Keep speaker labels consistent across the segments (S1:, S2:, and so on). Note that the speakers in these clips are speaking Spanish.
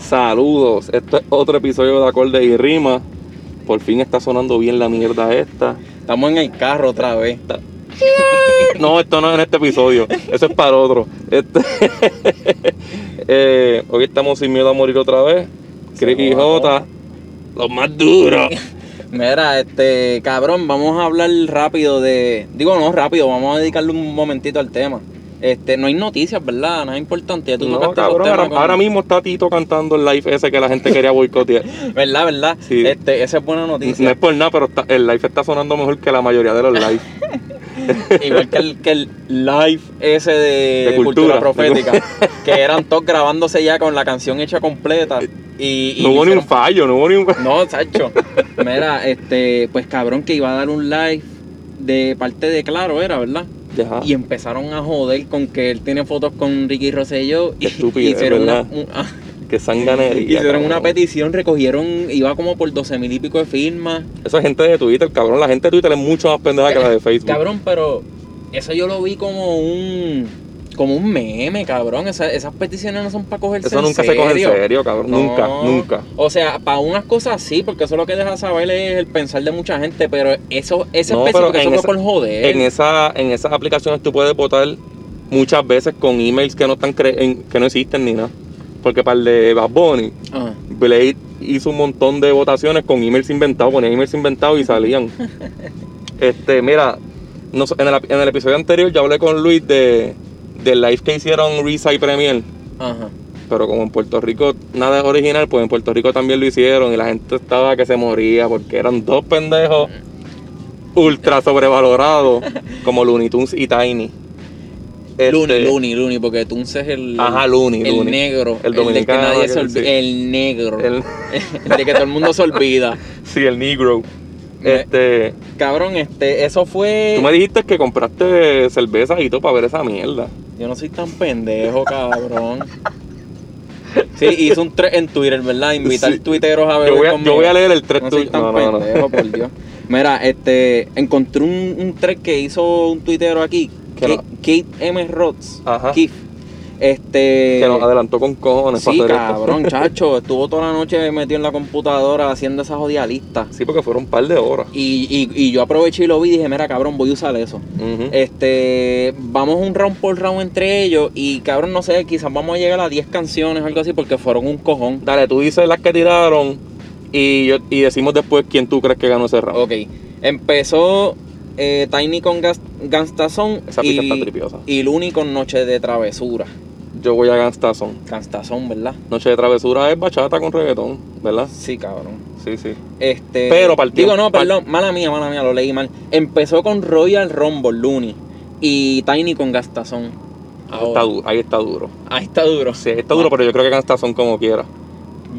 S1: Saludos, esto es otro episodio de Acorde y Rima. Por fin está sonando bien la mierda esta.
S2: Estamos en el carro otra vez.
S1: No, esto no es en este episodio, eso es para otro. Este- Eh, hoy estamos sin miedo a morir otra vez. Crick y J, los más duros.
S2: Mira, este cabrón, vamos a hablar rápido de. Digo, no rápido, vamos a dedicarle un momentito al tema. Este, no hay noticias, ¿verdad? Nada importante. Ya tú
S1: No,
S2: tocaste los
S1: cabrón,
S2: temas
S1: ahora,
S2: con-
S1: ahora mismo está Tito cantando el live ese que la gente quería boicotear.
S2: ¿Verdad, verdad?
S1: Sí.
S2: Este, esa es buena
S1: No
S2: noticia.
S1: es por nada, pero está- el live está sonando mejor que la mayoría de los lives.
S2: Igual que el, que el live ese de,
S1: De
S2: de
S1: cultura.
S2: cultura.
S1: Eh,
S2: profética. que eran todos grabándose ya con la canción hecha completa. Y, y
S1: No hubo ni un
S2: hicieron-
S1: fallo, no hubo ni un
S2: No, Sacho. Mira, este, pues cabrón, que iba a dar un live de parte de Claro, era, ¿verdad?
S1: Ya.
S2: Y empezaron a joder con que él tiene fotos con Ricky Rosselló.
S1: Qué
S2: y
S1: estúpido,
S2: hicieron
S1: ¿verdad?
S2: Una, un- ah,
S1: Qué sanganería.
S2: hicieron una
S1: cabrón.
S2: petición, recogieron, iba como por 12 mil y pico de firmas.
S1: Esa gente de Twitter, cabrón, la gente de Twitter es mucho más pendeja que la de Facebook.
S2: Cabrón, pero eso yo lo vi como un como un meme, cabrón. Esa- esas peticiones no son para cogerse
S1: Eso nunca se coge en serio, cabrón.
S2: No.
S1: Nunca, nunca.
S2: O sea, para unas cosas sí, porque eso lo que deja saber es el pensar de mucha gente, pero eso, ese
S1: No, pero en
S2: específico, eso no
S1: esa-
S2: es por joder.
S1: En, esa, en esas aplicaciones tú puedes votar muchas veces con emails que no están cre- en- que no existen ni nada. Porque para el de Bad Bunny,
S2: Ah.
S1: Blade hizo un montón de votaciones con emails inventados, ponía emails inventados y salían. este, mira, no sé, en, el, en el episodio anterior yo hablé con Luis de, del live que hicieron Risa y Premier.
S2: Ajá.
S1: Pero como en Puerto Rico nada es original, pues en Puerto Rico también lo hicieron y la gente estaba que se moría porque eran dos pendejos ultra sobrevalorados como Looney Tunes y Tiny. Este,
S2: Luni, Luni, Luni, porque tú es el,
S1: Ajá, Looney,
S2: el
S1: Looney.
S2: negro,
S1: El
S2: el, del que
S1: dominicano,
S2: nadie se
S1: aquel,
S2: olvida,
S1: sí.
S2: el negro, el...
S1: El-
S2: de que todo el mundo se olvida.
S1: sí, el negro.
S2: Me-
S1: Este,
S2: Cabrón, este, eso fue.
S1: tú me dijiste que compraste cerveza y todo para ver esa mierda.
S2: Yo no soy tan pendejo, cabrón. Sí, hice un thread en Twitter, ¿verdad? Invitar
S1: Sí.
S2: twitteros a beber
S1: Yo voy a,
S2: conmigo.
S1: yo voy a leer el tres
S2: No soy tan
S1: no, no, no.
S2: pendejo, por Dios. Mira, este, encontré un, un thread que hizo un tuitero aquí,
S1: Que
S2: Ki-
S1: no-
S2: Keith M. Rods,
S1: Ajá.
S2: Keith. Este.
S1: Que nos adelantó con cojones
S2: Sí,
S1: para hacer esto.
S2: cabrón, chacho. Estuvo toda la noche metido en la computadora haciendo esa jodida lista.
S1: Sí, porque fueron un par de horas.
S2: Y, y- y yo aproveché y lo vi y dije, mira, cabrón, voy a usar eso.
S1: Ujú.
S2: Este, vamos un round por round entre ellos y cabrón, no sé, quizás vamos a llegar a 10 canciones o algo así porque fueron un cojón.
S1: Dale, tú dices las que tiraron y, yo- y decimos después quién tú crees que ganó ese round.
S2: Ok, empezó eh, Tiny con Gas- Gangsta Song
S1: Esa pista está
S2: y,
S1: tripiosa.
S2: y Looney con Noche de Travesura.
S1: Yo voy a Gangsta Son.
S2: Gangsta Song, ¿verdad?
S1: Noche de travesura es bachata con reggaetón, ¿verdad?
S2: Sí, cabrón.
S1: Sí, sí.
S2: Este,
S1: Pero partió-
S2: Digo, no,
S1: par-
S2: perdón, mala mía, mala mía, lo leí mal. Empezó con Royal Rumble, Looney y Tiny con Gangsta Song.
S1: Ahí Ah, está, du- ahí está duro.
S2: Ahí está duro.
S1: Sí, ahí está
S2: Ah.
S1: duro, pero yo creo que Gangsta Son como quiera.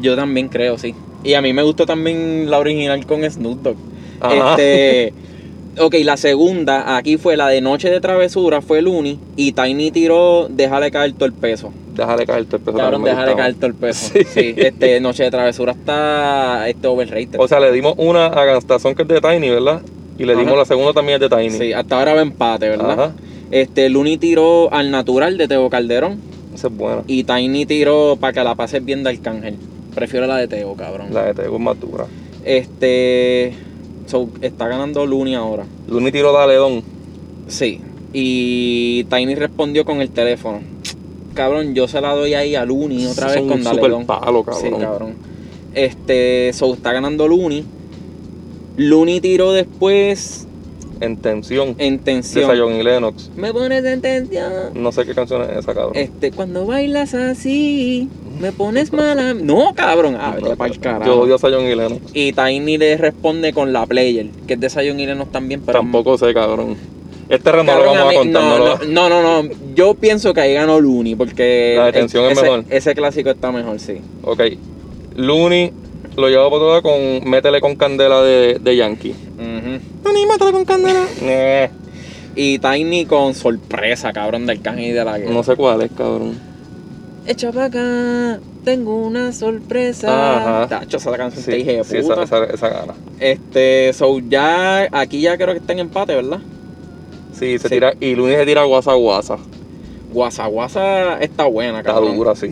S2: Yo también creo, sí. Y a mí me gustó también la original con Snoop Dogg.
S1: Ajá.
S2: Este, ok, la segunda, aquí fue la de Noche de Travesura, fue Looney. Y Tiny tiró Déjale caer todo el peso.
S1: Déjale caer el peso.
S2: Cabrón,
S1: también me
S2: déjale
S1: gustaba.
S2: caer todo el peso.
S1: Sí.
S2: Sí. este, Noche de Travesura está este overrated.
S1: O sea, le dimos una a Gangsta Son que es de Tiny, ¿verdad? Y le
S2: Ajá.
S1: dimos la segunda también es de Tiny.
S2: sí, hasta ahora va empate, ¿verdad?
S1: Ajá.
S2: Este, Looney tiró Al Natural de Teo Calderón.
S1: Esa es buena.
S2: Y Tiny tiró Para que la pases bien de Arcángel. Prefiero la de Teo, cabrón.
S1: La de Tego es más dura.
S2: Este. so, está ganando Looney ahora.
S1: Luni tiró Dale Don.
S2: Sí. Y Tiny respondió con el teléfono. Cabrón, yo se la doy ahí a Looney otra
S1: Eso
S2: vez
S1: es
S2: con
S1: un
S2: Dale
S1: super
S2: Don.
S1: palo, cabrón.
S2: Sí, cabrón. Este, so está ganando Looney. Looney tiró después
S1: En tensión.
S2: en
S1: De
S2: tensión.
S1: Zion y Lennox.
S2: Me pones en tensión.
S1: No sé qué canción es esa, cabrón.
S2: Este, cuando bailas así, me pones mala. No, cabrón. Ah, vete
S1: No,
S2: pa'l carajo.
S1: Yo odio a Zion y Lennox.
S2: Y Tiny le responde con la player, que es de Zion y Lennox también, pero
S1: Tampoco sé, cabrón. Este round no lo
S2: Cabrón,
S1: vamos a
S2: mí-
S1: contar, no,
S2: no,
S1: lo-
S2: no, no, no, no. Yo pienso que ahí ganó Looney porque.
S1: La detención es
S2: ese-
S1: mejor.
S2: Ese clásico está mejor, sí.
S1: Ok. Looney lo lleva por toda con Métele con Candela de, de Yankee.
S2: Ujú.
S1: Looney, métele con Candela. Eh,
S2: Y Tiny con sorpresa, cabrón, del canje y de la guerra.
S1: no sé cuál es, cabrón.
S2: Echa pa' acá, tengo una sorpresa.
S1: Ajá.
S2: Tacho, esa canción te
S1: Sí,
S2: dije,
S1: sí,
S2: puta.
S1: esa, esa, esa gana.
S2: Este, so ya, aquí ya creo que está en empate, ¿verdad?
S1: Sí, se
S2: Sí.
S1: tira. Y Looney se tira guasa guasa.
S2: Guasa Guasa está buena,
S1: Está
S2: cabrón.
S1: dura, sí.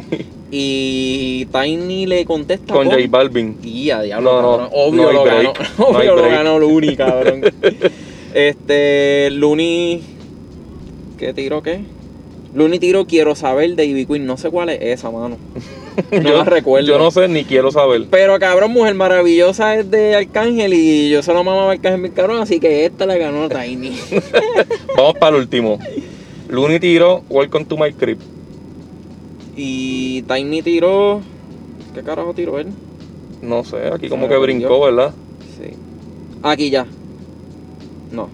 S2: Y Tiny le contesta
S1: Con J Balvin.
S2: Día, diablo,
S1: No, no,
S2: cabrón. Obvio
S1: no hay
S2: lo ganó.
S1: break, no hay
S2: Obvio lo
S1: break.
S2: ganó Looney, cabrón. este, Looney. ¿Qué tiro qué? Looney tiro quiero saber de Ivy Queen. No sé cuál es esa, mano. No la recuerdo.
S1: Yo no sé ni quiero saber.
S2: Pero cabrón, Mujer Maravillosa es de Arcángel y yo solo mamaba a Arcángel mi cabrón, así que esta la ganó Tiny.
S1: Vamos para el último. Looney tiró Welcome to my crib.
S2: y Tiny tiró. ¿Qué carajo tiró él?
S1: No sé, aquí
S2: Se
S1: como
S2: me
S1: que
S2: perdió.
S1: brincó, ¿verdad?
S2: Sí. Aquí ya. No.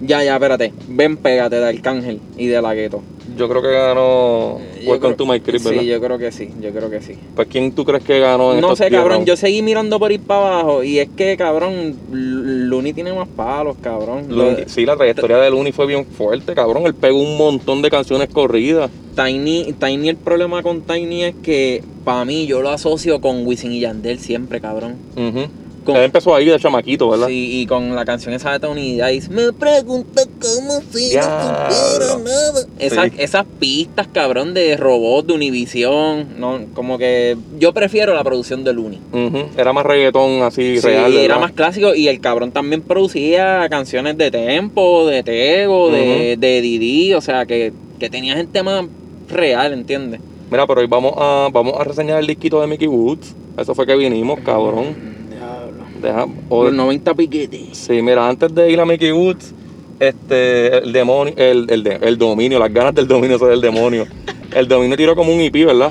S2: Ya, ya, espérate. Ven, pégate de Arcángel y de la gueto.
S1: Yo creo que ganó
S2: Eh, Yo
S1: Welcome
S2: creo-
S1: to my crib, ¿verdad?
S2: Sí, yo creo que sí, yo creo que sí.
S1: Pues ¿quién tú crees que ganó en
S2: No
S1: estos
S2: sé,
S1: 10
S2: cabrón,
S1: rounds?
S2: yo seguí mirando por ir para abajo y es que, cabrón, L- Looney tiene más palos, cabrón. Lo-
S1: Looney- sí, la trayectoria de Looney fue bien fuerte, cabrón. Él pegó un montón de canciones corridas.
S2: Tiny, Tiny, el problema con Tiny es que, para mí, yo lo asocio con Wisin y Yandel siempre, cabrón.
S1: Ujú.
S2: Con-
S1: Él empezó ahí de chamaquito, ¿verdad?
S2: Sí, y con la canción esa de Tony Dice, me pregunto cómo si no
S1: Diablo.
S2: supiera nada. Esas,
S1: Sí.
S2: esas pistas, cabrón, de robot, de Univision, no, como que yo prefiero la producción de Looney.
S1: Ujú. Era más reggaetón así
S2: Sí,
S1: real.
S2: era
S1: ¿verdad?
S2: más clásico y el cabrón también producía canciones de Tempo, de Tego, de, de Didi, o sea, que, que tenía gente más real, ¿entiendes?
S1: Mira, pero hoy vamos a, vamos a reseñar el disquito de Mickey Woods. Eso fue que vinimos, cabrón.
S2: Diablo.
S1: Deja, o-
S2: Los 90 piquetes.
S1: Sí, mira, antes de ir a Mickey Woods, este, el demonio, el, el, de- el dominio, las ganas del dominio, eso es el demonio. El dominio tiró como un hippie, ¿verdad?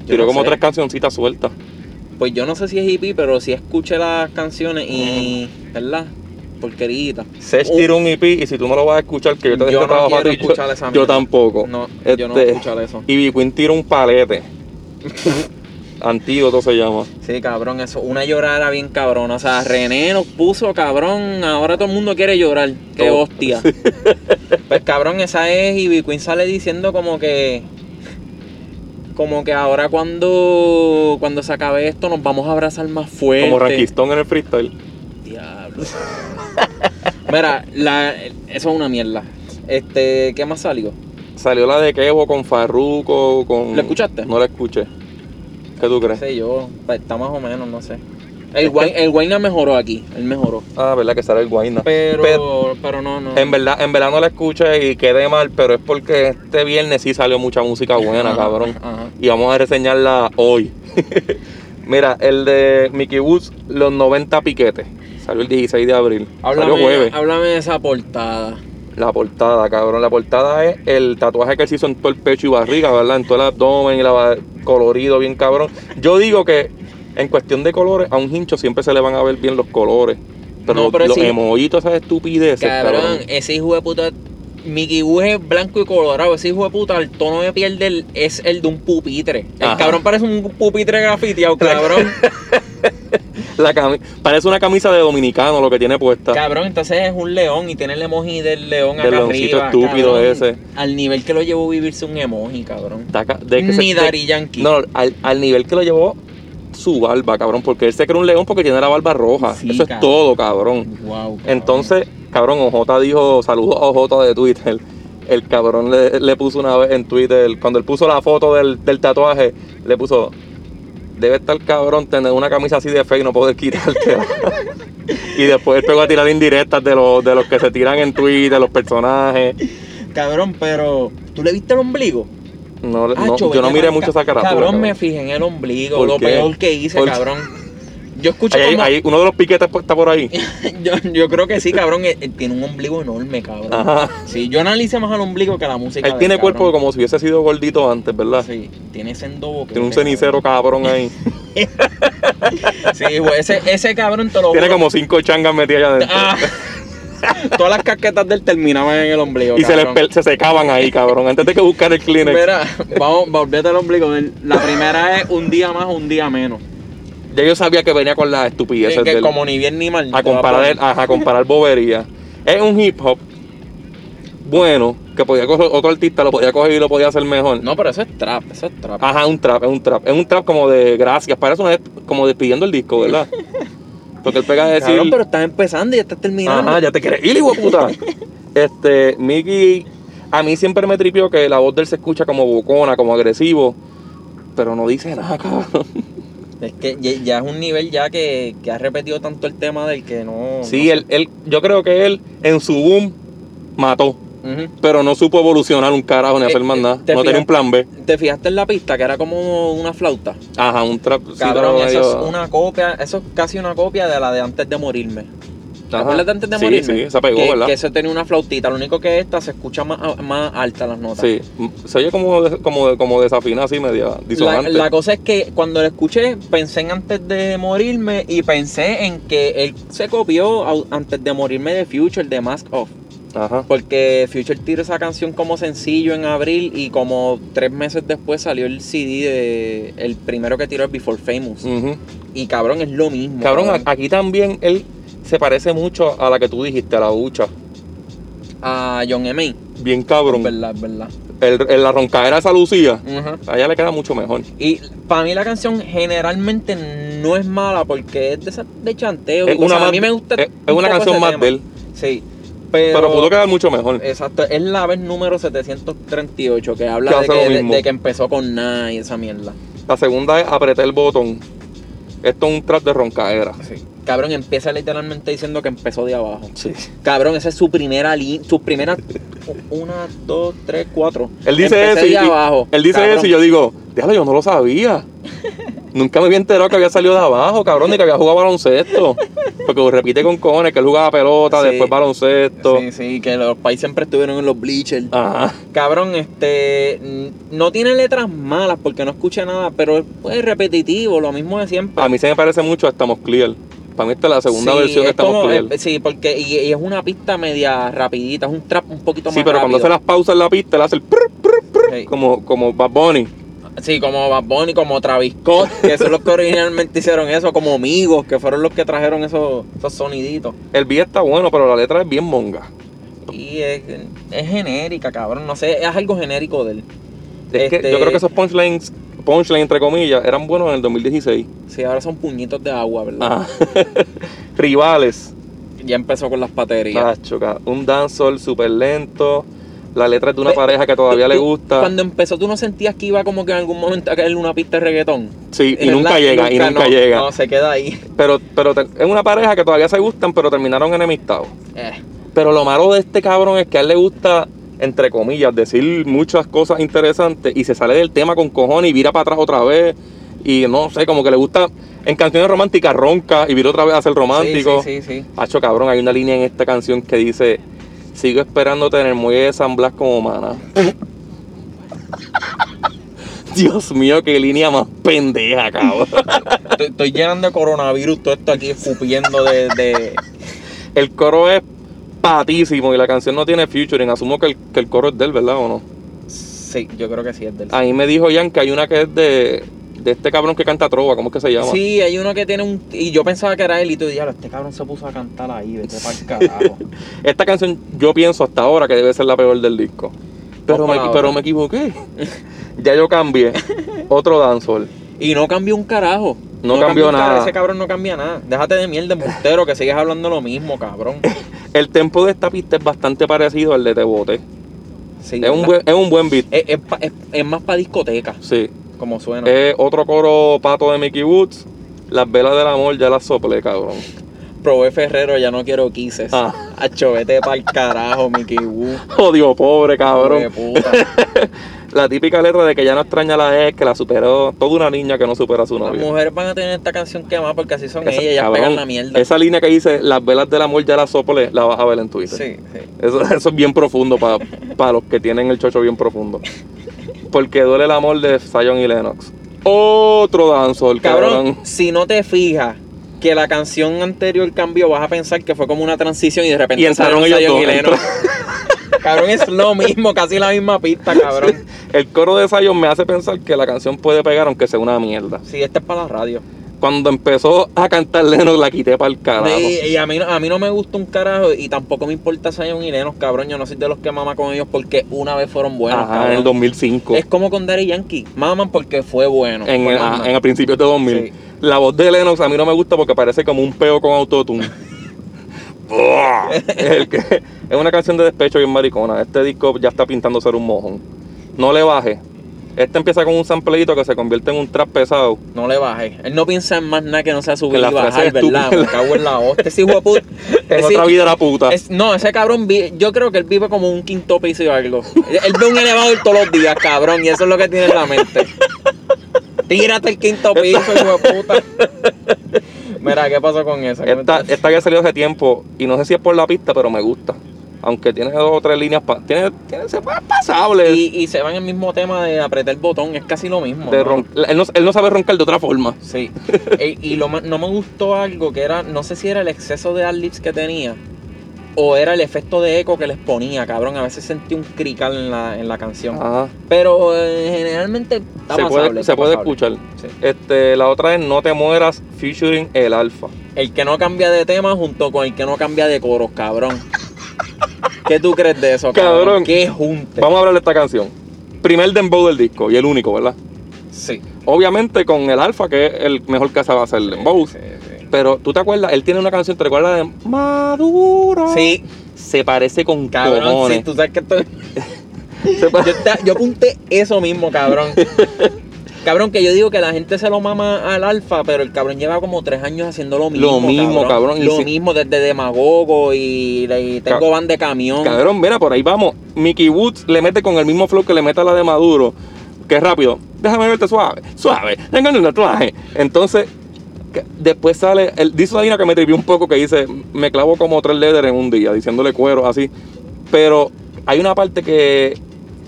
S2: Yo
S1: Tiró
S2: no
S1: como
S2: sé.
S1: tres cancioncitas sueltas.
S2: Pues yo no sé si es hippie, pero sí escuché las canciones y. ¿Verdad? Porqueritas.
S1: Sech
S2: Un-
S1: tiró un EP y si tú no lo vas a escuchar, que yo te
S2: Uh. Yo
S1: dejé
S2: no
S1: trabajo
S2: quiero
S1: a ti, yo-
S2: escuchar esa
S1: yo,
S2: mierda.
S1: tampoco. Este,
S2: No, yo no voy a escuchar eso.
S1: Y B. Queen tiró un palete. Antídoto se llama.
S2: Sí, cabrón, eso. Una llorada bien cabrón. O sea, René nos puso, cabrón. Ahora todo el mundo quiere llorar. Qué
S1: Todo.
S2: hostia. pues cabrón, esa es. Y B. Queen sale diciendo como que. Como que ahora cuando. Cuando se acabe esto, nos vamos a abrazar más fuerte.
S1: Como Ranquistón en el freestyle.
S2: Diablo. Mira, la, eso es una mierda. Este, ¿qué más salió?
S1: Salió la de Kevo con Farruko, con...
S2: ¿La escuchaste?
S1: No la escuché. ¿Qué tú
S2: No
S1: crees?
S2: sé yo, pa- está más o menos, no sé. El, guay, el Guayna mejoró aquí, él mejoró.
S1: Ah, verdad que sale el Guayna.
S2: Pero, pero no, no.
S1: En verdad, en verdad no la escuché y quedé mal, pero es porque este viernes sí salió mucha música buena,
S2: Ajá,
S1: cabrón.
S2: ajá.
S1: Y vamos a reseñarla hoy. Mira, el de Mickey Woods, los 90 piquetes. Salió el 16 de abril.
S2: Háblame,
S1: salió jueves.
S2: háblame de esa portada.
S1: La portada, cabrón. La portada es el tatuaje que él se hizo en todo el pecho y barriga, ¿verdad? En todo el abdomen y la ba- colorido, bien cabrón. Yo digo que en cuestión de colores, a un hincho siempre se le van a ver bien los colores. Pero,
S2: No,
S1: los-
S2: pero
S1: los
S2: sí.
S1: emojitos, esas estupideces,
S2: Cabrón,
S1: cabrón.
S2: ese hijo de puta. Mickey Wood es blanco y colorado. Ese hijo de puta, el tono de piel del, es el de un pupitre. El
S1: Ajá.
S2: cabrón parece un pupitre grafiteado, cabrón.
S1: La cami- parece una camisa de dominicano lo que tiene puesta.
S2: Cabrón, entonces es un león y tiene el emoji del león
S1: Del
S2: acá
S1: leoncito
S2: arriba,
S1: estúpido
S2: cabrón.
S1: ese.
S2: Al nivel que lo llevó vivirse un emoji, cabrón.
S1: Está ca- de que se-
S2: Ni
S1: de-
S2: Daddy Yankee.
S1: No, al, al nivel que lo llevó su barba, cabrón. Porque él se cree un león porque tiene la barba roja.
S2: Sí,
S1: Eso es
S2: cabrón.
S1: todo, cabrón.
S2: Wow. cabrón.
S1: Entonces, cabrón, OJ dijo, saludos a OJ de Twitter. El cabrón le, le puso una vez en Twitter, cuando él puso la foto del, del tatuaje, le puso, debe estar cabrón tener una camisa así de fe y no poder quitártela. y después él pegó a tirar indirectas de los, de los que se tiran en Twitter, los personajes.
S2: Cabrón, pero. ¿Tú le viste el ombligo?
S1: No, no,
S2: Acho,
S1: yo no
S2: vete
S1: miré
S2: pa'l
S1: mucho esa
S2: ca-
S1: carátula.
S2: Cabrón, me fijé en el ombligo.
S1: ¿Por
S2: Lo
S1: qué?
S2: peor que hice,
S1: ¿Por qué?
S2: cabrón. Yo escucho
S1: Ahí-
S2: como.
S1: ahí- uno de los piquetes pues, está por ahí.
S2: yo, yo creo que sí, cabrón. Él, él tiene un ombligo enorme, cabrón.
S1: Ajá.
S2: Sí, yo analice más al ombligo que a la música.
S1: Él
S2: del
S1: tiene
S2: cabrón.
S1: cuerpo como si hubiese sido gordito antes, ¿verdad?
S2: Sí, tiene sendo boquete,
S1: Tiene un cenicero cabrón ahí.
S2: cabrón. Sí, güey, ese, ese cabrón te lo
S1: tiene
S2: juro.
S1: como cinco changas metidas allá adentro.
S2: Ah. Todas las casquetas del terminaban en el ombligo.
S1: Y se, les
S2: cabrón.
S1: pel- se secaban ahí, cabrón. Antes de que buscar el Kleenex.
S2: Mira, vamos, volvete al ombligo. La primera es un día más, un día menos.
S1: Ya yo sabía que venía con las estupideces
S2: que
S1: del-
S2: como ni bien ni mal.
S1: a comparar, el- ajá, a comparar bobería. Es un hip hop bueno que podía coger otro artista, lo podía coger y lo podía hacer mejor.
S2: No, pero eso es trap, eso es trap.
S1: Ajá, un trap, es un trap. Es un trap como de gracias. Para eso es como despidiendo el disco, ¿verdad? Porque él pega a decir.
S2: Cabrón, pero estás empezando y ya estás terminando.
S1: Ajá, ya te quieres ir, hijo de puta. este, Mickey, a mí siempre me tripió que la voz de él se escucha como bocona, como agresivo, pero no dice nada, cabrón.
S2: Es que ya, ya es un nivel ya que, que has repetido tanto el tema del que no.
S1: Sí,
S2: no-
S1: él, él, yo creo que él en su boom mató,
S2: Ujú.
S1: pero no supo evolucionar un carajo ni
S2: Eh,
S1: hacer más
S2: eh,
S1: nada.
S2: te
S1: no tenía
S2: fijas-
S1: un plan B.
S2: ¿Te fijaste en la pista que era como una flauta?
S1: Ajá, un trap. sí,
S2: Cabrón,
S1: estaba
S2: eso
S1: medio-
S2: es una copia, eso es casi una copia de la de antes de morirme. ¿Te
S1: Ajá.
S2: acuerdas de antes de
S1: Sí,
S2: morirme?
S1: sí, se pegó,
S2: que,
S1: ¿verdad?
S2: Que eso tenía una flautita, lo único que esta se escucha más, más alta las notas.
S1: Sí, se oye como, de- como, como desafinada así, media
S2: La,
S1: disonante.
S2: la cosa es que cuando lo escuché, pensé en antes de morirme y pensé en que él se copió au- antes de morirme de Future, de Mask Off.
S1: Ajá.
S2: Porque Future tiró esa canción como sencillo en abril y como tres meses después salió el CD de. El primero que tiró es Before Famous.
S1: Ujú.
S2: Y cabrón, es lo mismo.
S1: Mm. Cabrón, a- aquí también él se parece mucho a la que tú dijiste, a la ducha.
S2: a John M.A.
S1: Bien
S2: Es
S1: cabrón.
S2: verdad, es verdad.
S1: El, el- la roncadera esa Lucía,
S2: Ujú.
S1: a ella le queda mucho mejor.
S2: Y para mí la canción generalmente no es mala porque es de, esa- de chanteo.
S1: Es
S2: O sea,
S1: más-
S2: a mí me gusta.
S1: es, es
S2: un
S1: una
S2: poco
S1: canción
S2: ese
S1: más
S2: tema.
S1: de él,
S2: Sí.
S1: pero,
S2: Pero, eh,
S1: pudo quedar mucho mejor.
S2: Exacto, es la vez número 738 que
S1: Que
S2: habla de
S1: hace lo
S2: que, de,
S1: mismo.
S2: de que empezó con nada y esa mierda.
S1: La segunda es apretar el botón. Esto es un trap de roncadera.
S2: Cabrón, empieza literalmente diciendo que empezó de abajo.
S1: Sí.
S2: Cabrón, esa es su primera línea, sus primeras una, dos, tres, cuatro.
S1: Él dice eso.
S2: Empecé
S1: Y,
S2: de abajo.
S1: Él dice
S2: cabrón.
S1: eso y yo digo, déjalo, yo no lo sabía. Nunca me había enterado que había salido de abajo, cabrón, ni que había jugado baloncesto. Porque repite con cojones que él jugaba pelota,
S2: Sí.
S1: después baloncesto.
S2: Sí, sí, que los países siempre estuvieron en los bleachers.
S1: Ajá.
S2: Cabrón, este. mm, No tiene letras malas porque no escuché nada, pero es pues, repetitivo, lo mismo de siempre.
S1: A mí se me parece mucho a Estamos Clear. Para mí esta es la segunda
S2: Sí,
S1: versión de
S2: es
S1: Estamos
S2: como-
S1: Clear.
S2: eh, Sí, porque y, y es una pista media rapidita, es un trap un poquito
S1: Sí,
S2: más
S1: pero cuando hace
S2: rápido.
S1: las pausas en la pista, él hace el prr, prr, prr,
S2: Sí.
S1: como, como Bad Bunny.
S2: Sí, como Bad Bunny, como Travis Scott, que son los que originalmente hicieron eso, como amigos, que fueron los que trajeron esos, esos soniditos.
S1: El beat está bueno, pero la letra es bien monga.
S2: Y es, es genérica, cabrón, no sé, es algo genérico de él.
S1: Es que
S2: Este-
S1: yo creo que esos punchlines, punchlines entre comillas, eran buenos en el 2016.
S2: Sí, ahora son puñitos de agua, ¿verdad?
S1: Ajá. Rivales.
S2: Ya empezó con las paterías.
S1: Nacho, ca- un dancehall súper lento. La letra es de una
S2: Ve-
S1: pareja que todavía
S2: Tú-
S1: le
S2: tú-
S1: gusta.
S2: Cuando empezó, ¿tú no sentías que iba como que en algún momento a caer una pista de reggaetón?
S1: Sí, y
S2: ¿Verdad?
S1: nunca llega, y nunca
S2: no,
S1: llega.
S2: No, se queda ahí.
S1: Pero, pero te- es una pareja que todavía se gustan, pero terminaron enemistados.
S2: Eh,
S1: Pero lo malo de este cabrón es que a él le gusta, entre comillas, decir muchas cosas interesantes y se sale del tema con cojones y vira para atrás otra vez. Y no sé, como que le gusta en canciones románticas ronca y vira otra vez a ser romántico.
S2: Sí, sí, sí. sí.
S1: Hacho cabrón, hay una línea en esta canción que dice: Sigo esperándote en el muelle de San Blas como mana. Dios mío, qué línea más pendeja, cabrón.
S2: Estoy, estoy llenando de coronavirus todo esto aquí escupiendo de, de-
S1: El coro es patísimo y la canción no tiene featuring. Asumo que el, que el coro es de él, ¿verdad o no?
S2: Sí, yo creo que sí es del...
S1: A mí me dijo Jan que hay una que es de, de este cabrón que canta trova, ¿cómo es que se llama?
S2: Sí, hay uno que tiene un... Y yo pensaba que era él y tú diablo, este cabrón se puso a cantar ahí, vete pa'l carajo.
S1: Esta canción yo pienso hasta ahora que debe ser la peor del disco. Pero,
S2: Vamos
S1: me,
S2: para la
S1: pero
S2: otra.
S1: me equivoqué. ya yo cambié. Otro dancehall.
S2: Y no cambió un carajo.
S1: No cambió
S2: un carajo,
S1: nada.
S2: Ese cabrón no cambia nada. Déjate de mierda, embustero, que sigues hablando lo mismo, cabrón.
S1: El tempo de esta pista es bastante parecido al de Te Bote.
S2: Sí,
S1: Es un
S2: la-
S1: buen, es un buen beat.
S2: Es, es pa- es- es más para discoteca,
S1: Sí.
S2: como suena.
S1: Es otro coro pato de Mickey Woods. Las velas del amor ya las soplé, cabrón.
S2: Probé Ferrero, ya no quiero quises.
S1: Ah.
S2: Acho, vete pa'l carajo, Mickey Wu.
S1: Odio, pobre
S2: hijo de
S1: cabrón.
S2: puta.
S1: La típica letra de que ya no extraña a la ex, que la superó. Toda una niña que no supera a su
S2: Las
S1: novio.
S2: mujeres van a tener esta canción quemada porque así son
S1: Esa-
S2: ellas, ellas
S1: cabrón,
S2: pegan la mierda.
S1: Esa línea que dice las velas del amor ya las sople, la vas a ver en Twitter.
S2: Sí, sí.
S1: Eso, eso es bien profundo para los que tienen el chocho bien profundo. Porque duele el amor de Zion y Lennox. Otro danzol,
S2: Cabrón,
S1: cabrón.
S2: si no te fijas, que la canción anterior cambió, vas a pensar que fue como una transición y de repente
S1: Y entraron ellos
S2: Zion
S1: dos,
S2: y Lennox. cabrón, es lo mismo, casi la misma pista, cabrón.
S1: El coro de Zion me hace pensar que la canción puede pegar aunque sea una mierda.
S2: Sí, esta es para la radio.
S1: Cuando empezó a cantar Lennox la quité para el carajo.
S2: Y, y a, mí, no- a mí no me gusta un carajo y tampoco me importa Zion y Lennox, cabrón. Yo no soy de los que mama con ellos porque una vez fueron buenos,
S1: Ajá, en
S2: cabrón.
S1: el 2005.
S2: Es como con Daddy Yankee. Maman porque fue bueno.
S1: en,
S2: Fue
S1: el,
S2: mamá.
S1: a- en el principio de 2000.
S2: Sí.
S1: La voz de Lennox a mí no me gusta porque parece como un peo con autotune. Buah. es, el que- es una canción de despecho bien maricona. Este disco ya está pintando ser un mojón. No le baje. Este empieza con un sampleito que se convierte en un trap pesado.
S2: No le bajé. Él no piensa en más nada que no sea subir
S1: Que la
S2: y bajar,
S1: frase
S2: ¿verdad?
S1: estúpida.
S2: Me cago en la hostia. Ese hijo de puta.
S1: En
S2: Ese-
S1: otra vida la puta.
S2: es- no, ese cabrón, vi- yo creo que él vive como un quinto piso y algo. Él ve un elevador todos los días, cabrón, y eso es lo que tiene en la mente. Tírate el quinto piso, hijo de puta. Mira, ¿qué pasó con esa? ¿Qué me
S1: Esta,
S2: estás-
S1: esta que salió hace tiempo, y no sé si es por la pista, pero me gusta. Aunque tiene dos o tres líneas, pa- tiene, tiene, se puede pasable.
S2: Y, y se van el mismo tema de apretar el botón, es casi lo mismo.
S1: de
S2: ¿no?
S1: ron- él, no, él no sabe roncar de otra forma.
S2: Sí. E- y lo ma- no me gustó algo que era, no sé si era el exceso de adlibs que tenía o era el efecto de eco que les ponía, cabrón. A veces sentí un crical en la, en la canción.
S1: Ajá.
S2: Pero eh, generalmente está
S1: se
S2: pasable,
S1: puede,
S2: está
S1: se puede
S2: pasable.
S1: escuchar.
S2: Sí.
S1: Este, la otra es No te mueras featuring el alfa.
S2: El que no cambia de tema junto con el que no cambia de coros, cabrón. ¿Qué tú crees de eso,
S1: Cabrón.
S2: cabrón? ¿Qué junte?
S1: Vamos a hablar de esta canción. Primer dembow del disco y el único, ¿verdad?
S2: Sí.
S1: Obviamente con el alfa, que es el mejor que se va a hacer el dembow.
S2: Sí, sí.
S1: Pero tú te acuerdas, él tiene una canción, ¿te recuerdas de Maduro?
S2: Sí,
S1: Se parece con
S2: cabrón,
S1: cojones.
S2: sí, tú sabes que estoy...
S1: Se pa-
S2: Yo, ta- yo apunté eso mismo, cabrón. Cabrón, que yo digo que la gente se lo mama al alfa, pero el cabrón lleva como tres años haciendo lo mismo.
S1: Lo mismo, cabrón, y
S2: Lo
S1: si-
S2: mismo desde Demagogo y, y
S1: Ca-
S2: tengo van de camión.
S1: Cabrón, mira, por ahí vamos. Mickey Woods le mete con el mismo flow que le mete a la de Maduro. Que es rápido. Déjame verte suave, suave. Tengo un tatuaje. Entonces, que- después sale. El, dice una línea que me trivió un poco que dice: Me clavo como tres letters en un día, diciéndole cuero, así. Pero hay una parte que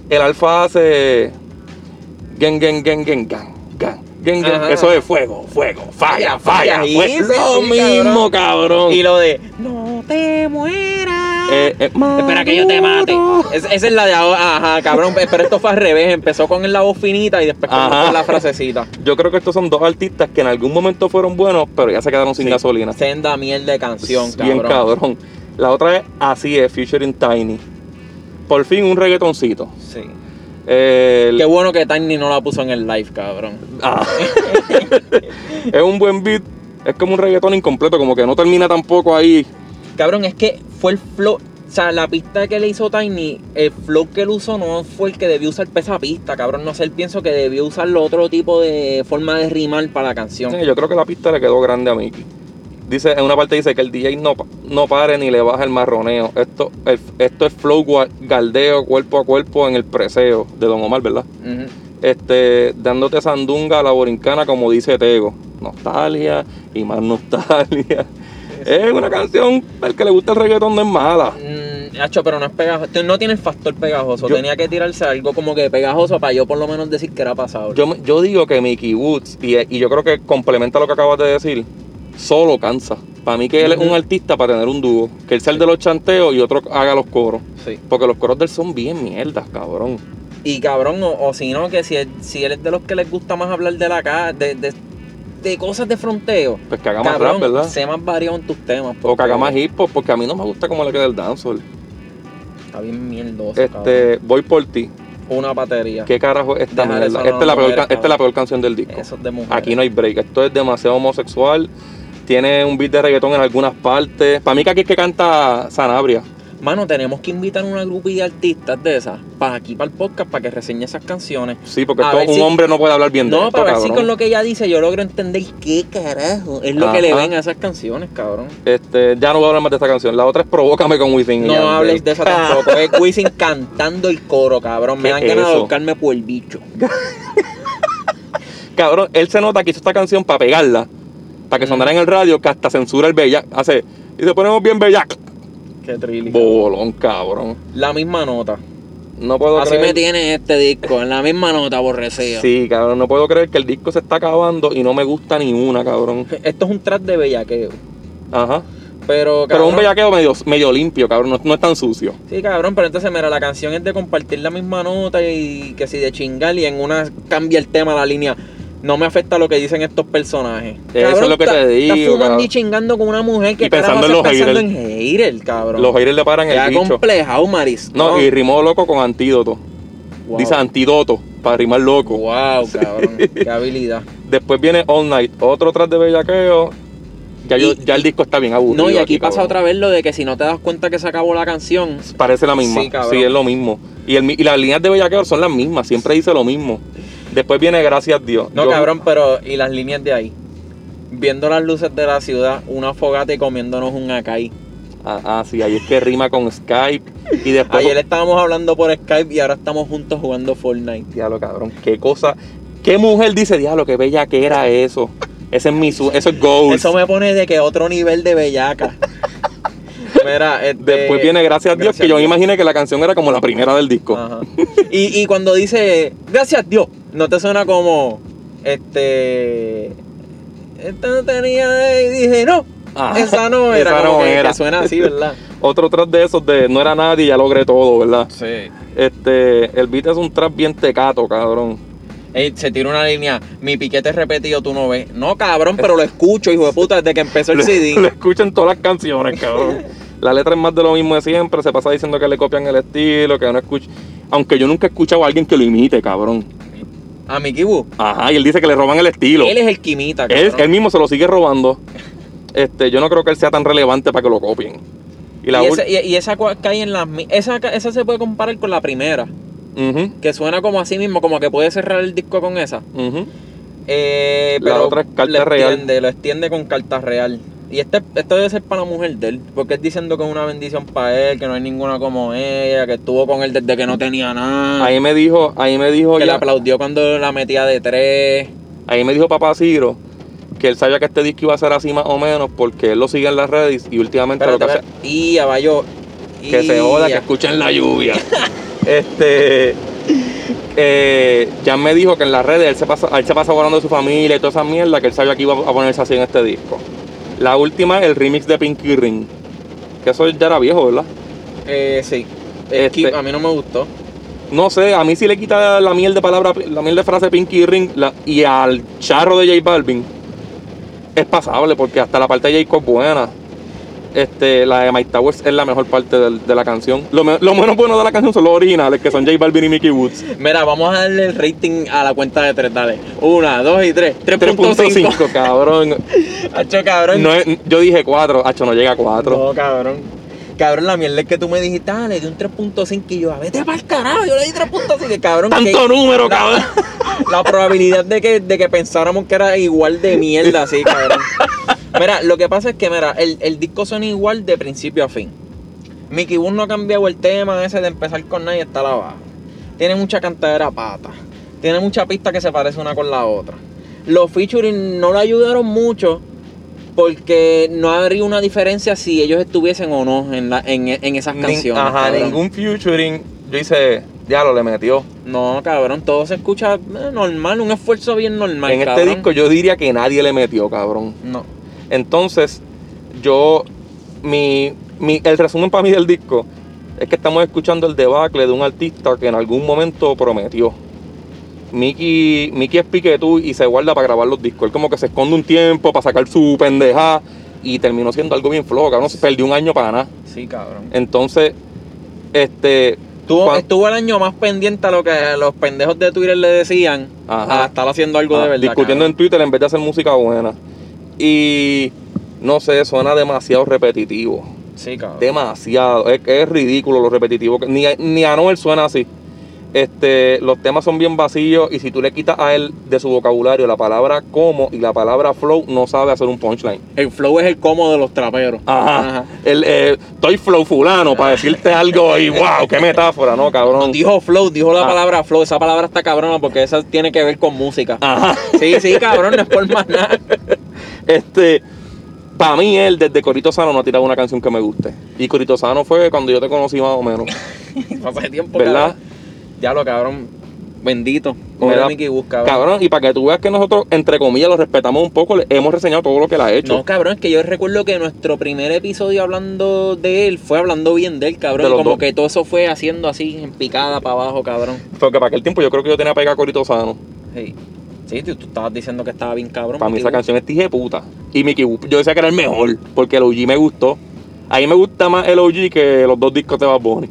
S1: el alfa hace. Gen, gen, gen, gen, gan, gan, gen, gen.
S2: Ajá.
S1: Eso es fuego, fuego, falla,
S2: Falla,
S1: falla.
S2: falla.
S1: fue-
S2: Sí,
S1: Lo
S2: sí,
S1: mismo,
S2: cabrón.
S1: cabrón.
S2: Y lo de, no te mueras.
S1: Eh, eh,
S2: Espera que yo te mate.
S1: Maduro.
S2: Es- esa es la de ahora. Ajá, cabrón. Pero esto fue al revés. Empezó con la voz finita y después con
S1: Ajá.
S2: con la frasecita.
S1: Yo creo que estos son dos artistas que en algún momento fueron buenos, pero ya se quedaron sin
S2: Sí.
S1: gasolina.
S2: Senda miel de canción,
S1: Bien cabrón. La otra es Así es, featuring Tiny. Por fin un reggaetoncito.
S2: Sí.
S1: El-
S2: Qué bueno que Tiny no la puso en el live, cabrón.
S1: Ah. es un buen beat. Es como un reggaetón incompleto, como que no termina tampoco ahí.
S2: Cabrón, es que fue el flow. O sea, la pista que le hizo Tiny, el flow que él usó no fue el que debió usar para esa pista, cabrón. No sé, él pienso que debió usarlo otro tipo de forma de rimar para la canción.
S1: Sí, Yo creo que la pista le quedó grande a Mickey. Dice, en una parte dice que el DJ no, pa- no pare ni le baja el marroneo. Esto, el- esto es flow gua- galdeo cuerpo a cuerpo en el preseo de Don Omar, ¿verdad?
S2: Ujú.
S1: este, dándote sandunga a la borincana, como dice Tego. Nostalgia y más nostalgia. Es una canción, el que le gusta el reggaetón no es mala.
S2: Mm, Hacho, pero no es pegajoso. Tú No tiene el factor pegajoso.
S1: Yo-
S2: Tenía que tirarse algo como que pegajoso para yo por lo menos decir que era pasado.
S1: Yo, me- yo digo que Mickey Woods, y, y yo creo que complementa lo que acabas de decir, solo cansa. Para mí que él es un
S2: Ujú.
S1: artista para tener un dúo. Que él sea el de los chanteos y otro haga los coros.
S2: Sí.
S1: Porque los coros de él son bien mierdas, cabrón.
S2: Y cabrón, o, o si no, que si, él- si él es de los que les gusta más hablar de la cara, de, de- de cosas de fronteo.
S1: Pues que haga más
S2: Cabrón,
S1: rap, ¿verdad?
S2: sé más variado en tus temas.
S1: O que haga
S2: porque
S1: más hip hop, porque a mí no me gusta cómo le queda el dancehall.
S2: Está bien mierdoso, cabrón.
S1: Este, voy por ti.
S2: Una batería.
S1: ¿Qué carajo es esta
S2: Dejar
S1: mierda?
S2: eso a
S1: Esta
S2: las
S1: es, la peor,
S2: mujeres,
S1: ca- esta es la
S2: cabrón.
S1: peor canción del disco.
S2: Eso es de mujer.
S1: Aquí no hay break. Esto es demasiado homosexual. Tiene un beat de reggaetón en algunas partes. Para mí que aquí es que canta Sanabria.
S2: Mano, tenemos que invitar una grupi de artistas de esas para aquí, para el podcast, para que reseñe esas canciones.
S1: Sí, porque
S2: A
S1: esto-
S2: ver
S1: un
S2: si-
S1: hombre no puede hablar bien de
S2: No,
S1: esto,
S2: para ver si
S1: cabrón.
S2: con lo que ella dice yo logro entender qué carajo es lo que le
S1: Ajá.
S2: ven a esas canciones, cabrón.
S1: Este, ya no voy a hablar más de esta canción. La otra es Provócame con Wisin. y
S2: No
S1: Yandel.
S2: hables de esa tampoco. Es Wisin cantando el coro, cabrón. Me
S1: ¿Qué
S2: dan
S1: es
S2: ganas de
S1: eso?
S2: buscarme por el bicho.
S1: Cabrón, él se nota que hizo esta canción para pegarla. Para que
S2: Mm.
S1: sonara en el radio, que hasta censura el bellac. Hace, y se ponemos bien bellac.
S2: Qué trilly.
S1: Bolón, cabrón.
S2: La misma nota.
S1: no puedo
S2: Así
S1: creer.
S2: me tiene este disco, en la misma nota aborrecido.
S1: Sí, cabrón, no puedo creer que el disco se está acabando y no me gusta ni una, cabrón.
S2: Esto es un track de bellaqueo.
S1: Ajá.
S2: Pero,
S1: Pero un
S2: cabrón,
S1: bellaqueo medio, medio limpio, cabrón, no, no es tan sucio.
S2: Sí, cabrón, pero entonces, mira, la canción es de compartir la misma nota y que si de chingar y en una cambia el tema, la línea. No me afecta lo que dicen estos personajes.
S1: Eso es lo que
S2: está-
S1: te digo,
S2: Estás fumando
S1: cabrón.
S2: y chingando con una mujer que
S1: Y pensando
S2: carajo
S1: en
S2: estás
S1: los
S2: pensando en hater, cabrón.
S1: Los aires le paran
S2: Ya
S1: el bicho.
S2: complejado, Maris.
S1: No, y rimó loco con antídoto.
S2: Wow.
S1: Dice antídoto para rimar loco.
S2: Wow, cabrón. Qué habilidad.
S1: Después viene All Night, otro tras de bellaqueo. Ya, yo-
S2: Y-
S1: ya el disco está bien aburrido.
S2: No, y aquí pasa otra vez lo de que si no te das cuenta que se acabó la canción.
S1: vez. Parece la misma.
S2: Sí,
S1: Sí,
S2: cabrón.
S1: es lo mismo. Y, el mi- y las líneas de bellaqueo son las mismas, siempre dice lo mismo. Después viene Gracias Dios.
S2: No,
S1: Yo-
S2: cabrón, pero y las líneas de ahí. Viendo las luces de la ciudad, una fogata y comiéndonos un acai.
S1: Ah, ah, sí, ahí es que rima con Skype. Y después.
S2: Ayer estábamos hablando por Skype y ahora estamos juntos jugando Fortnite.
S1: Diablo, cabrón, qué cosa. ¿Qué mujer dice, diablo, qué bella que era eso? Ese es mi su- eso es goals.
S2: Eso me pone de que otro nivel de bellaca. Mira, este,
S1: Después viene Gracias a Dios,
S2: Gracias
S1: que yo
S2: a
S1: me imaginé que la canción era como la primera del disco.
S2: Ajá. Y, y cuando dice, gracias Dios, no te suena como, este... Esta no tenía... Y dije, no,
S1: Ah,
S2: esa no era.
S1: esa no
S2: como que- que
S1: era.
S2: suena así, ¿verdad?
S1: Otro tras de esos de No era nadie, ya logré todo, ¿verdad?
S2: Sí.
S1: Este, el beat es un trap bien tecato, cabrón.
S2: Ey, se tira una línea, mi piquete es repetido, tú no ves. No, cabrón, pero lo escucho, hijo de puta, desde que empezó el CD.
S1: Lo escuchan todas las canciones, cabrón. La letra es más de lo mismo de siempre, se pasa diciendo que le copian el estilo, que no escucha. Aunque yo nunca he escuchado a alguien que lo imite, cabrón.
S2: A mi Kibu,
S1: Ajá, y él dice que le roban el estilo.
S2: él es el quimita,
S1: Él,
S2: cabrón.
S1: él mismo se lo sigue robando. Este, yo no creo que él sea tan relevante para que lo copien. Y la
S2: y,
S1: ul-
S2: esa, y- y esa cua- que hay en las mi- esa, ca- esa se puede comparar con la primera,
S1: Ujú,
S2: que suena como así mismo, como que puede cerrar el disco con esa.
S1: ujú.
S2: Eh,
S1: La
S2: pero
S1: otra es carta
S2: lo
S1: real.
S2: Extiende, lo extiende con carta real. Y este, esto debe ser para la mujer de él, porque es diciendo que es una bendición para él, que no hay ninguna como ella, que estuvo con él desde que no tenía nada,
S1: Ahí me dijo, ahí me dijo,
S2: Ah. que le
S1: ya-
S2: aplaudió cuando la metía de tres.
S1: ahí me dijo papá Ciro que él sabía que este disco iba a ser así más o menos porque él lo sigue en las redes y últimamente
S2: Pero
S1: lo que hace
S2: y a Bayo.
S1: que se joda, que escuchen la lluvia. este. eh, ya me dijo que en las redes él se pasa, él se pasa hablando de su familia y toda esa mierda que él sabía que iba a ponerse así en este disco. La última es el remix de Pinky Ring. Que eso ya era viejo, ¿verdad?
S2: Eh, sí. Es que
S1: Este-
S2: a mí no me gustó.
S1: No sé, a mí sí le quita la miel de palabra, la miel de frase Pinky Ring la- y al charro de J Balvin. Es pasable porque hasta la parte de Jacob es buena. Este, la de Mike Towers es la mejor parte del- de la canción. Lo, me- lo menos bueno de la canción son los originales, que son J Balvin y Mickey Woods.
S2: Mira, vamos a darle el rating a la cuenta de tres, dale. Una, dos y tres. 3.5.
S1: 3.5, cabrón.
S2: Hacho, cabrón.
S1: No es- yo dije 4, Hacho no llega a 4.
S2: No, cabrón. Cabrón, la mierda es que tú me dijiste, ah, le di un 3.5 y yo, a vete para el carajo, yo le di 3.5, cabrón. que-
S1: ¡Tanto número, cabrón!
S2: la probabilidad de que, de que pensáramos que era igual de mierda, así, cabrón. Mira, lo que pasa es que, mira, el, el disco suena igual de principio a fin. Mickey Boone no ha cambiado el tema ese de empezar con nadie está la baja. Tiene mucha cantadera pata. Tiene mucha pista que se parece una con la otra. Los featuring no lo ayudaron mucho porque no habría una diferencia si ellos estuviesen o no en, la, en, en esas
S1: Nin-
S2: canciones.
S1: ajá,
S2: cabrón.
S1: ningún featuring. Yo hice, diablo, le metió.
S2: No, cabrón, todo se escucha eh, normal, un esfuerzo bien normal.
S1: en
S2: cabrón.
S1: este disco yo diría que nadie le metió, cabrón.
S2: No.
S1: Entonces, yo, mi, mi- el resumen para mí del disco es que estamos escuchando el debacle de un artista que en algún momento prometió. Mickey, Mickey es piquetú y se guarda para grabar los discos. Él como que se esconde un tiempo para sacar su pendeja y terminó siendo algo bien flojo, cabrón. Se perdió un año para nada.
S2: Sí, cabrón.
S1: Entonces, este...
S2: Estuvo,
S1: cuan-
S2: estuvo el año más pendiente a lo que los pendejos de Twitter le decían
S1: Ajá.
S2: a estar haciendo algo de
S1: Ah,
S2: verdad.
S1: discutiendo en Twitter en vez de hacer música buena. Y no sé, suena demasiado repetitivo.
S2: cabrón. Sí, cabrón.
S1: demasiado. Es, es ridículo lo repetitivo. que- Ni, ni Anuel suena así. Este, los temas son bien vacíos y si tú le quitas a él de su vocabulario la palabra como y la palabra flow, no sabe hacer un punchline.
S2: El flow es el cómodo de los traperos.
S1: Ajá.
S2: Ajá.
S1: El, eh, estoy flow fulano para decirte algo y wow, qué metáfora, ¿no, cabrón?
S2: Dijo flow, dijo la
S1: Ah.
S2: palabra flow. Esa palabra está cabrona porque esa tiene que ver con música.
S1: Ajá.
S2: Sí, sí, cabrón, no es por más nada.
S1: Este, Para mí, él desde Corito Sano no ha tirado una canción que me guste. Y Corito Sano fue cuando yo te conocí más o menos.
S2: Hace tiempo,
S1: ¿Verdad?
S2: cabrón. Ya lo cabrón. Bendito.
S1: Me
S2: Pobre
S1: da-
S2: Mickey Bus, cabrón.
S1: Cabrón, y para que tú veas que nosotros, entre comillas, lo respetamos un poco, le hemos reseñado todo lo que él ha hecho.
S2: No, cabrón, es que yo recuerdo que nuestro primer episodio hablando de él fue hablando bien de él, cabrón.
S1: De
S2: y
S1: los
S2: como
S1: dos.
S2: que todo eso fue haciendo así en picada para abajo, cabrón.
S1: Porque para aquel tiempo yo creo que yo tenía pegado a Corito Sano.
S2: Sí, sí tú, tú estabas diciendo que estaba bien cabrón.
S1: Para mí esa
S2: tío.
S1: canción es tije puta. Y Mickey Wu- yo decía que era el mejor, porque el OG me gustó. A mí me gusta más el OG que los dos discos de Bad Bunny.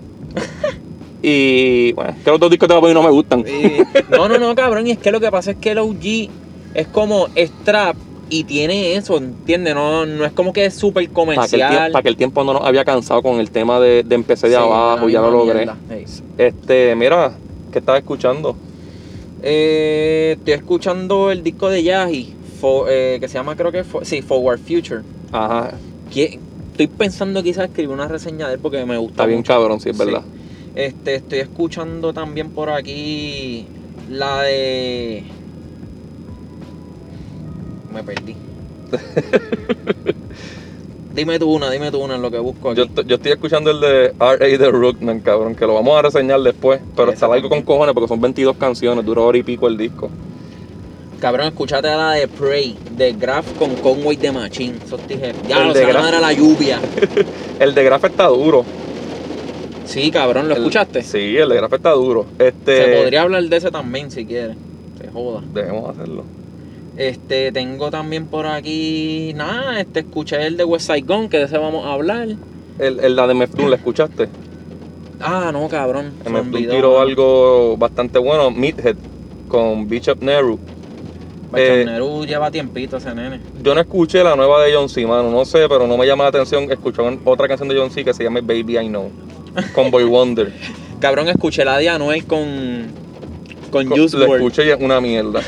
S1: y bueno, que los dos discos de Bad Bunny no me gustan.
S2: Eh, no, no, no, cabrón. Y es que lo que pasa es que el OG es como es trap y tiene eso, ¿entiendes? No, no es como que es
S1: Para
S2: súper
S1: aquel,
S2: comercial.
S1: tiempo, para aquel tiempo no nos había cansado con el tema de, de empecé de
S2: Sí,
S1: abajo,
S2: una
S1: ya lo
S2: misma
S1: logré.
S2: mierda, sí.
S1: Este, mira, ¿qué estaba escuchando?
S2: Eh, estoy escuchando el disco de Yahi, fo- eh, que se llama, creo que, fo- sí, Forward Future.
S1: Ajá,
S2: Que- estoy pensando quizás escribir una reseña de él porque me gusta
S1: está bien
S2: mucho.
S1: cabrón, sí, es verdad.
S2: Este, estoy escuchando también por aquí la de. Me perdí. dime tú una, dime tú una en lo que busco aquí.
S1: Yo, est- yo estoy escuchando el de R.A. de Rookman, cabrón, que lo vamos a reseñar después, pero
S2: Esa
S1: está largo con
S2: también.
S1: cojones porque son 22 canciones, dura hora y pico el disco.
S2: Cabrón, escuchate la de Prey, de Graf con Conway de Machine. Esos dije, ya
S1: El
S2: lo
S1: de
S2: se van a
S1: Graf.
S2: dar a la lluvia.
S1: El de Graf está duro.
S2: Sí, cabrón, ¿lo
S1: El-
S2: escuchaste?
S1: Sí, el de Graf está duro. Este,
S2: Se podría hablar de ese también si quieres. Se joda.
S1: Debemos hacerlo.
S2: Este, tengo también por aquí. Nada, este, escuché el de West Saigon, que de ese vamos a hablar.
S1: El, el la de MF Doom, ¿la escuchaste?
S2: Ah, no, cabrón. se me
S1: MF Doom
S2: olvidó.
S1: tiró algo bastante bueno, Meathead, con Bishop Nehru. Eh,
S2: Bachonero Pues, lleva tiempito ese nene.
S1: Yo no escuché la nueva de John C, mano, no sé, pero no me llama la atención. Escuché un- otra canción de John C que se llama Baby I Know, con Boy Wonder.
S2: Cabrón, escuché la de Anuel con. con
S1: Co-
S2: Juice
S1: la
S2: WRLD.
S1: escuché y es una mierda.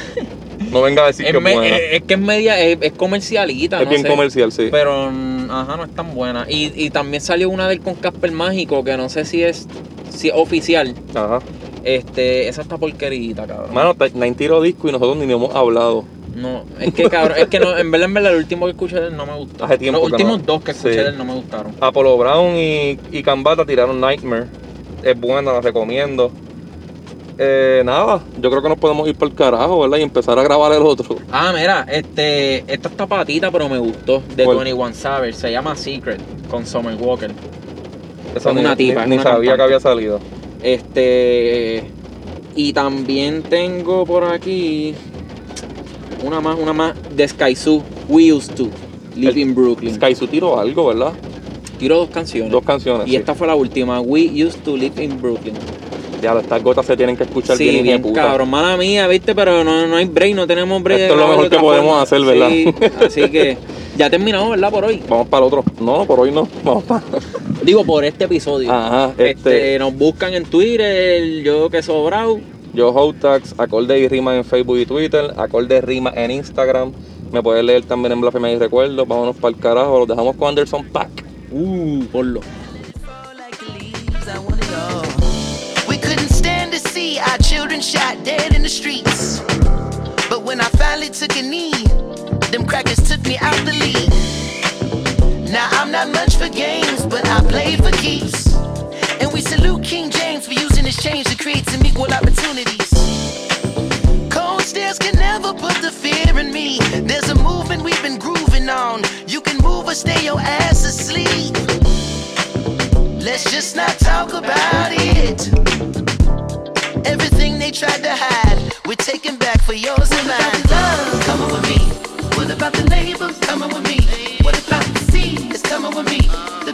S1: No venga a decir que
S2: Es,
S1: es
S2: me- eh,
S1: buena.
S2: es- es que es media. es, es comercialita,
S1: es
S2: no
S1: bien
S2: sé.
S1: comercial, sí.
S2: Pero, mm, ajá, no es tan buena. Y, y también salió una del con Casper Mágico, que no sé si es, si es oficial.
S1: Ajá.
S2: Este, esa está porquerita, cabrón.
S1: Mano, ta- Nine tiró disco y nosotros ni le hemos hablado.
S2: No, es que cabrón, es que no, en verdad, en verdad, el último que escuché de él no me gustó.
S1: Hace tiempo
S2: Los
S1: que no.
S2: últimos dos que escuché
S1: Sí.
S2: de él no me gustaron.
S1: Apollo Brown y, y Cambata tiraron Nightmare. Es buena, la recomiendo. Eh, nada, yo creo que nos podemos ir por el carajo, ¿verdad? Y empezar a grabar el otro.
S2: Ah, mira, este, esta está patita, pero me gustó, de
S1: ¿Cuál?
S2: 21 Savage, se llama Secret, con Summer Walker.
S1: Esa
S2: Es
S1: ni,
S2: una
S1: ni-
S2: tipa, es
S1: ni
S2: una
S1: sabía
S2: cantante.
S1: que había salido.
S2: Este, y también tengo por aquí una más, una más, de Sky Zoo, We Used To, Live in Brooklyn.
S1: Sky Zoo tiró algo, ¿verdad?
S2: Tiro dos canciones.
S1: Dos canciones.
S2: y
S1: sí.
S2: esta fue la última, We Used To Live in Brooklyn.
S1: Ya, estas gotas se tienen que escuchar
S2: sí,
S1: bien,
S2: bien,
S1: hijeputa.
S2: cabrón, mala mía, viste, pero no, no hay break, no tenemos break. de
S1: Esto es lo
S2: grabar
S1: mejor
S2: de
S1: que podemos
S2: otra
S1: hacer,
S2: forma. Sí, así que ya terminamos, ¿verdad? Por hoy.
S1: Vamos para el otro. No, por hoy no. Vamos para.
S2: Digo, por este episodio.
S1: Ajá,
S2: Este,
S1: Ah, este.
S2: nos buscan en Twitter, yo que sobrao.
S1: Yo Hotax, acorde y rima en Facebook y Twitter, acorde y rima en Instagram. Me puedes leer también en Blasfemia y Recuerdos. Vámonos para el carajo. Los dejamos con Anderson Pack.
S2: Uh, porlo.
S3: fall like leaves. I want it all. We couldn't stand to see our children shot dead in the streets. But when I finally took a knee, them crackers took me out the league. Now I'm not much for games, but I played for keeps. And we salute King James for using his change to create some equal opportunities. Cold stairs can never put the fear in me. There's a movement we've been grooving on. You can move or stay your ass asleep. Let's just not talk about it. Everything they tried to hide, we're taking back for yours and
S4: What about
S3: mine.
S4: the love? Coming with me. What about the neighbors? Coming with me. What about the seed?
S3: It's coming with me.